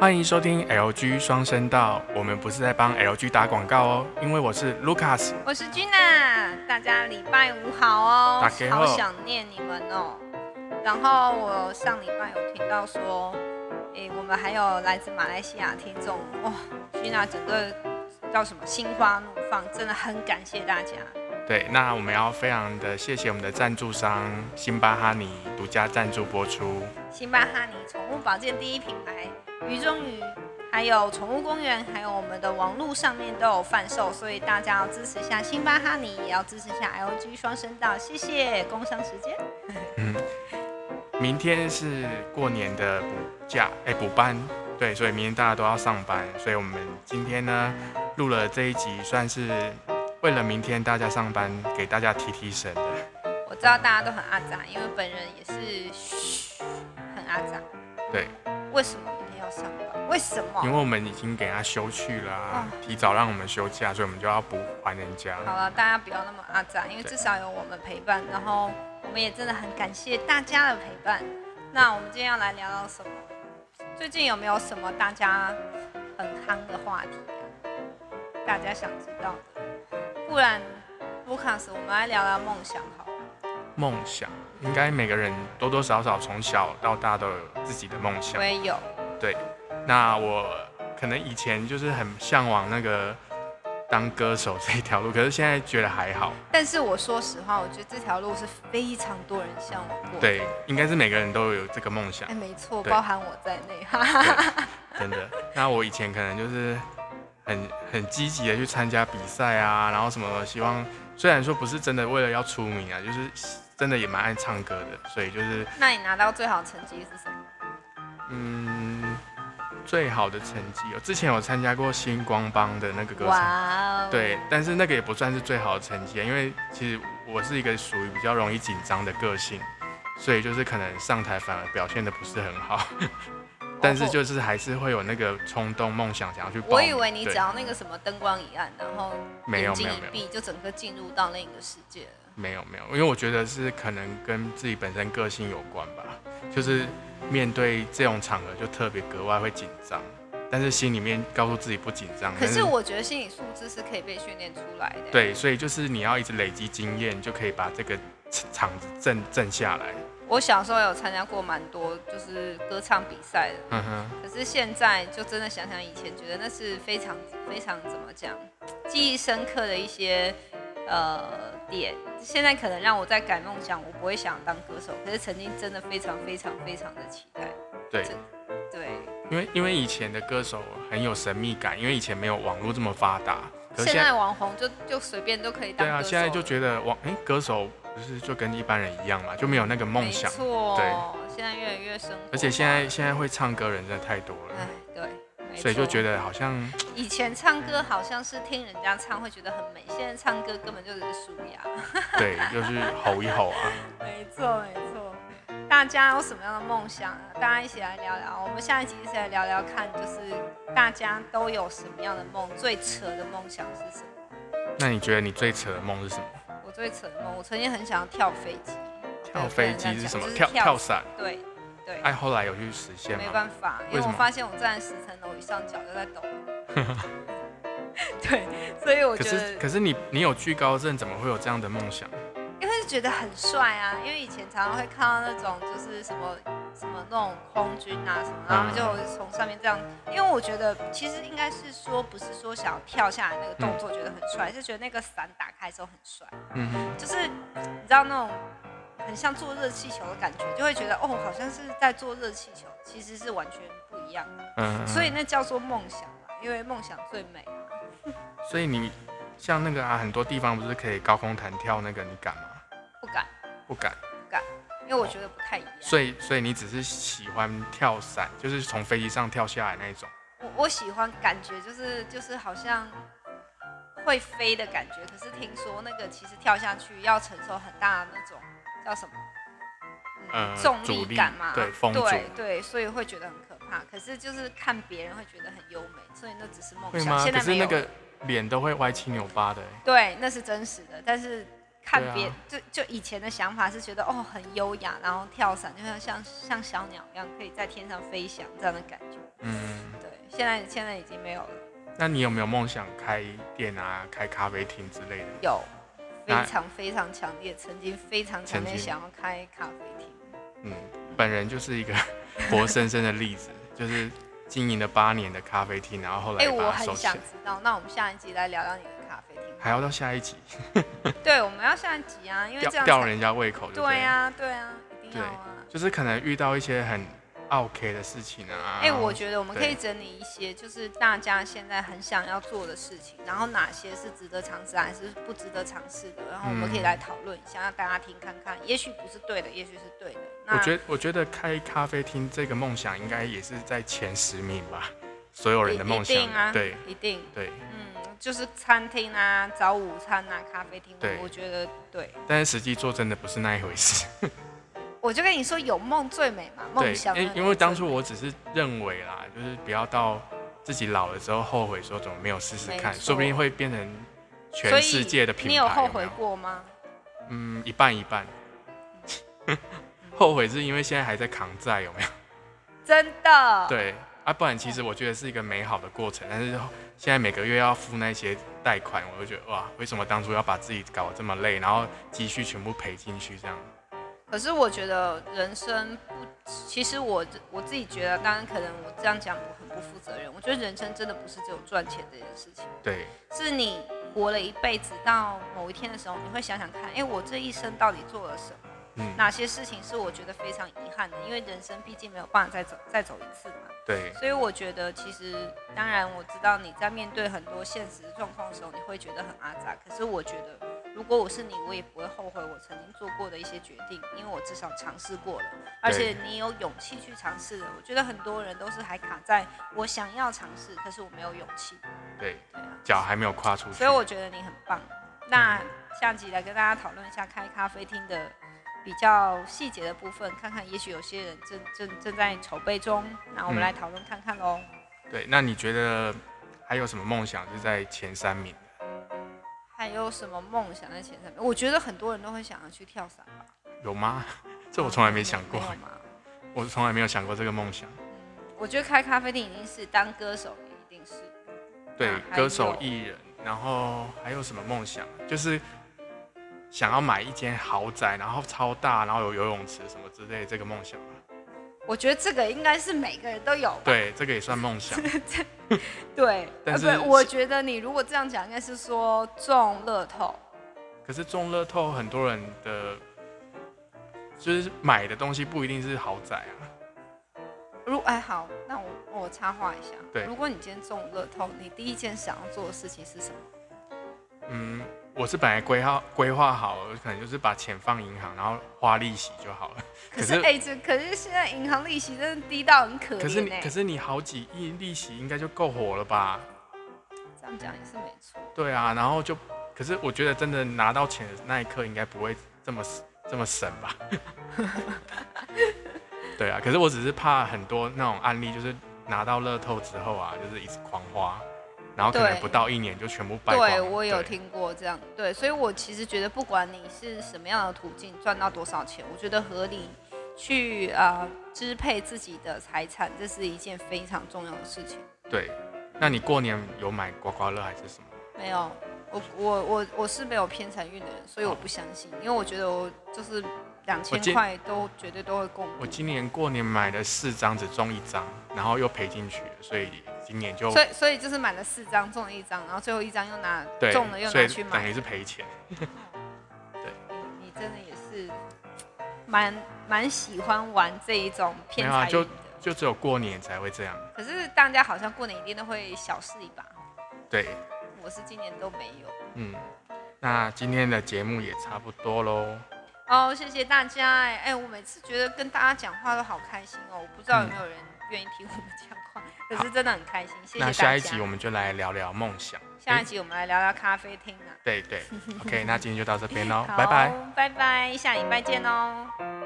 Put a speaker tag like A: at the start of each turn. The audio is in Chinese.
A: 欢迎收听 LG 双声道，我们不是在帮 LG 打广告哦，因为我是 Lucas。
B: 我是君娜，大家礼拜五好哦，
A: 大家好
B: 好想念你们哦。然后我上礼拜有听到说，诶，我们还有来自马来西亚听众，哇、君娜整个叫什么心花怒放，真的很感谢大家。
A: 对，那我们要非常的谢谢我们的赞助商辛巴哈尼独家赞助播出。
B: 辛巴哈尼宠物保健第一品牌鱼中鱼，还有宠物公园，还有我们的网络上面都有贩售，所以大家要支持一下辛巴哈尼，也要支持一下 LG 双声道，谢谢。工商时间。
A: 明天是过年的补假，哎，补班，对，所以明天大家都要上班，所以我们今天呢录了这一集，算是为了明天大家上班，给大家提提神的。
B: 我知道大家都很阿杂，因为本人也是嘘很阿杂。
A: 对，
B: 为什么明天要上班？为什
A: 因
B: 么？
A: 为我们已经给他休去了、啊，提早让我们休假，所以我们就要补还人家。
B: 好了，大家不要那么阿杂，因为
A: 对
B: 至少有我们陪伴，然后我们也真的很感谢大家的陪伴。那我们今天要来聊到什么？最近有没有什么大家很夯的话题啊、大家想知道的？不然，卢卡斯，我们来聊聊梦想好了。
A: 梦想应该每个人多多少少从小到大都有自己的梦想
B: 我。也有，
A: 那我可能以前就是很向往那个当歌手这一条路，可是现在觉得还好。
B: 但是我说实话，我觉得这条路是非常多人向往过的。
A: 对，应该是每个人都有这个梦想
B: 哎，，没错，
A: 对
B: 包含我在内， 哈哈。
A: 真的。那我以前可能就是很很积极的去参加比赛啊，然后什么希望，虽然说不是真的为了要出名啊，就是真的也蛮爱唱歌的，所以就是
B: 那你拿到最好成绩是什么？
A: 嗯，最好的成绩哦，之前有参加过星光帮的那个歌唱，
B: 哇哦！
A: 对，，但是那个也不算是最好的成绩，因为其实我是一个属于比较容易紧张的个性，所以就是可能上台反而表现的不是很好，
B: 哦
A: 但是就是还是会有那个冲动梦想想要去报名。
B: 我以为你
A: 对
B: 只要那个什么灯光一暗，然后
A: 没有
B: 眼
A: 没
B: 睛
A: 有
B: 一
A: 没有
B: 闭，就整个进入到另一个世界了。
A: 没有没有，因为我觉得是可能跟自己本身个性有关吧，就是面对这种场合就特别格外会紧张，但是心里面告诉自己不紧张。
B: 可
A: 但
B: 是我觉得心理素质是可以被训练出来的。，
A: 对，所以就是你要一直累积经验，就可以把这个场子震震下来。
B: 我小时候有参加过蛮多就是歌唱比赛的，
A: 嗯哼，
B: 可是现在就真的想想以前，觉得那是非常非常怎么讲，记忆深刻的一些呃点。现在可能让我在改梦想，我不会想当歌手，可是曾经真的非常非常非常的期待。
A: 对，
B: 对，
A: 因为因为以前的歌手很有神秘感，因为以前没有网络这么发达，可是
B: 现
A: 现在
B: 在网红就就随便都可以
A: 对
B: 当歌手了。
A: 啊，现在就觉得网哎、歌手不是就跟一般人一样嘛，就没有那个梦想
B: 没。错，
A: 对
B: 现在越来越生活化，
A: 而且现在现在会唱歌人真的太多
B: 哎
A: 了，
B: 对，没
A: 所以就觉
B: 得
A: 得好像
B: 以前唱歌好像是听人家唱会觉得很美，现在唱歌根本就是舒压。
A: 对，就是吼一吼啊。
B: 没错，没错。大家有什么样的梦想啊？大家一起来聊聊。我们下一集一起来聊聊看，就是大家都有什么样的梦，最扯的梦想是什么？
A: 那你觉得你最扯的梦是什么？
B: 我最扯的梦，我曾经很想要跳飞机。
A: 跳飞机是什么？
B: 就是
A: 跳
B: 跳
A: 跳伞？
B: 对对，
A: 哎，后来有去实现
B: 没
A: 吗？
B: 办法，因
A: 为
B: 为
A: 什
B: 我
A: 么
B: 发现我站在十层楼以上，脚就在 抖。对，所以我
A: 可
B: 觉
A: 是
B: 得，
A: 可是你你有惧高症，怎么会有这样的梦想？
B: 因为觉得很帅啊，因为以前常常会看到那种就是什么什么那种空军啊什么，然后他们就从上面这样，因为我觉得其实应该是说不是说想要跳下来那个动作觉得很帅，是觉得那个伞打开之后很帅，
A: 嗯哼。
B: 就是你知道那种很像坐热气球的感觉，就会觉得哦好像是在坐热气球，其实是完全不一样的。
A: 嗯，
B: 所以那叫做梦想嘛，因为梦想最美。啊
A: 所以你像那个啊，很多地方不是可以高空弹跳那个，你敢吗？
B: 不敢，
A: 不敢。
B: 因为我觉得不太一样。
A: 所以所以你只是喜欢跳伞，就是从飞机上跳下来那一种。
B: 我我喜欢感觉就是就是好像会飞的感觉，可是听说那个其实跳下去要承受很大的那种叫什么？嗯
A: 呃
B: 重
A: 阻
B: 力
A: 力
B: 感嘛，
A: 对风阻
B: 对对，所以会觉得很可怕。可是就是看别人会觉得很优美，所以那只是梦
A: 会
B: 想。
A: 吗？
B: 现
A: 可
B: 在
A: 是
B: 没
A: 那
B: 有，
A: 个脸都会歪七扭八的欸。
B: 对，那是真实的。但是看
A: 对啊
B: 别、就就以前的想法是觉得哦很优雅，然后跳伞就像像像小鸟一样可以在天上飞翔这样的感觉。
A: 嗯，
B: 现在现在已经没有了，
A: 那你有没有梦想开店啊，开咖啡厅之类的？
B: 有非
A: 那
B: 常非常强烈，曾经非常强烈
A: 曾经
B: 想要开咖啡厅。
A: 嗯，本人就是一个活生生的例子， 就是经营了八年的咖啡厅，然后后
B: 哎、
A: 来
B: 我
A: 把它收
B: 很
A: 起
B: 想
A: 来，
B: 知道，那我们下一集来聊聊你的咖啡厅。
A: 还要到下一集
B: 对，我们要下一集啊，因为
A: 吊
B: 这样
A: 吊
B: 才
A: 人家胃口就
B: 对
A: 呀、
B: 啊，对啊，一定要啊。
A: 就是可能遇到一些很 OK 的事情啊。
B: 哎、
A: 然后
B: 我觉得我们可
A: 对
B: 以整理一些，就是大家现在很想要做的事情，然后哪些是值得尝试，还是不值得尝试的，然后我们可以
A: 嗯
B: 来讨论一下，让大家听看看，也许不是对的，也许是对的。那
A: 我觉得我觉得开咖啡厅这个梦想应该也是在前十名吧，所有人的梦
B: 一
A: 想
B: 定。啊，
A: 对
B: 一定，
A: 对，
B: 嗯，就是餐厅啊、早午餐啊、咖啡厅，
A: 对
B: 我我觉得对。
A: 但是实际做真的不是那一回事。
B: 我就跟你说，有梦最美嘛，
A: 对
B: 梦想，啊真
A: 因
B: 的
A: 因为当初
B: 最美
A: 我只是认为啦，就是不要到自己老了之后后悔说怎么没有试试看，
B: 没错
A: 说不定会变成全世界的品牌。
B: 所以你有后
A: 没
B: 悔过吗？
A: 嗯，一半一半。 后悔是因为现在还在扛债，有没有？
B: 真的，
A: 对啊，不然其实我觉得是一个美好的过程，但是现在每个月要付那些贷款，我就觉得哇，为什么当初要把自己搞得这么累，然后积蓄全部赔进去这样？
B: 可是我觉得人生不，其实我我自己觉得，当然可能我这样讲我很不负责任。我觉得人生真的不是只有赚钱这件事情，
A: 对，
B: 是你活了一辈子，到某一天的时候，你会想想看，哎、我这一生到底做了什么？
A: 嗯，
B: 哪些事情是我觉得非常遗憾的？因为人生毕竟没有办法再走再走一次嘛。
A: 对，
B: 所以我觉得，其实当然我知道你在面对很多现实状况的时候，你会觉得很阿杂。可是我觉得，如果我是你，我也不会后悔我曾经做过的一些决定，因为我至少尝试过了，而且你有勇气去尝试的。我觉得很多人都是还卡在我想要尝试，可是我没有勇气。
A: 对，
B: 对啊，
A: 脚还没有跨出去。
B: 所以我觉得你很棒。那下集来跟大家讨论一下开咖啡厅的比较细节的部分，看看也许有些人正正正在筹备中，那我们
A: 嗯
B: 来讨论看看喽。
A: 对，那你觉得还有什么梦想是在前三名？
B: 还有什么梦想在前三名？我觉得很多人都会想要去跳伞吧，
A: 有吗？ 这我从来没想过
B: 没，有吗？
A: 我从来没有想过这个梦想。
B: 我觉得开咖啡店一定是，当歌手也一定是。
A: 对
B: 啊那，还
A: 歌手
B: 有
A: 艺人，然后还有什么梦想？就是想要买一间豪宅，然后超大，然后有游泳池什么之类，这个梦想吧。
B: 我觉得这个应该是每个人都有吧。
A: 对，这个也算梦想。
B: 对，
A: 但
B: 呃
A: 是
B: 不，我觉得你如果这样讲，应该是说中乐透。
A: 可是中乐透很多人的就是买的东西不一定是豪宅啊。
B: 如哎好，那我我插话一下。
A: 对
B: 如果你今天中乐透，你第一件想要做的事情是什么？
A: 嗯，我是本来规划规划好，可能就是把钱放银行，然后花利息就好了。可
B: 可是
A: 是
B: 哎，这可是现在银行利息真的低到很可怜、欸。
A: 可是你，可是你好几亿利息应该就够活了吧？
B: 这样讲也是没错。
A: 对啊，然后就，可是我觉得真的拿到钱的那一刻，应该不会这么这么省吧？ 对啊，可是我只是怕很多那种案例，就是拿到乐透之后啊，就是一直狂花，然后可能
B: 对
A: 不到一年就全部败光了。
B: 对，我有
A: 对。
B: 听过这样。对，所以我其实觉得，不管你是什么样的途径赚到多少钱，我觉得合理去呃支配自己的财产，这是一件非常重要的事情。
A: 对，那你过年有买刮刮乐还是什么？
B: 没有，我我我我是没有偏财运的人，所以我不相信，因为我觉得我就是两千
A: 我今
B: 块都绝对都会供
A: 我今年过年买了四张，只中一张，然后又赔进去了，所以今年就
B: 所以所以就是买了四张，中了一张，然后最后一张又拿
A: 对
B: 中了，又
A: 所以
B: 拿去买
A: 等于。是赔钱。
B: 你你真的也是蛮蛮喜欢玩这一种偏
A: 没有啊
B: 财运
A: 就
B: 的。
A: 就只有过年才会这样。
B: 可是大家好像过年一定都会小试一把，
A: 对，
B: 我是今年都没有。
A: 嗯，那今天的节目也差不多喽。
B: 哦，谢谢大家哎、哎、我每次觉得跟大家讲话都好开心哦，我不知道有没有人愿意听我们讲 话，可是真的很开心，
A: 嗯
B: 谢谢
A: 那
B: 大家。
A: 下一集我们就来聊聊梦想。
B: 下一
A: 诶
B: 集我们来聊聊咖啡厅啊。
A: 对对，OK，那今天就到这边喽
B: 好，
A: 拜拜。，
B: 拜拜，下礼拜见哦。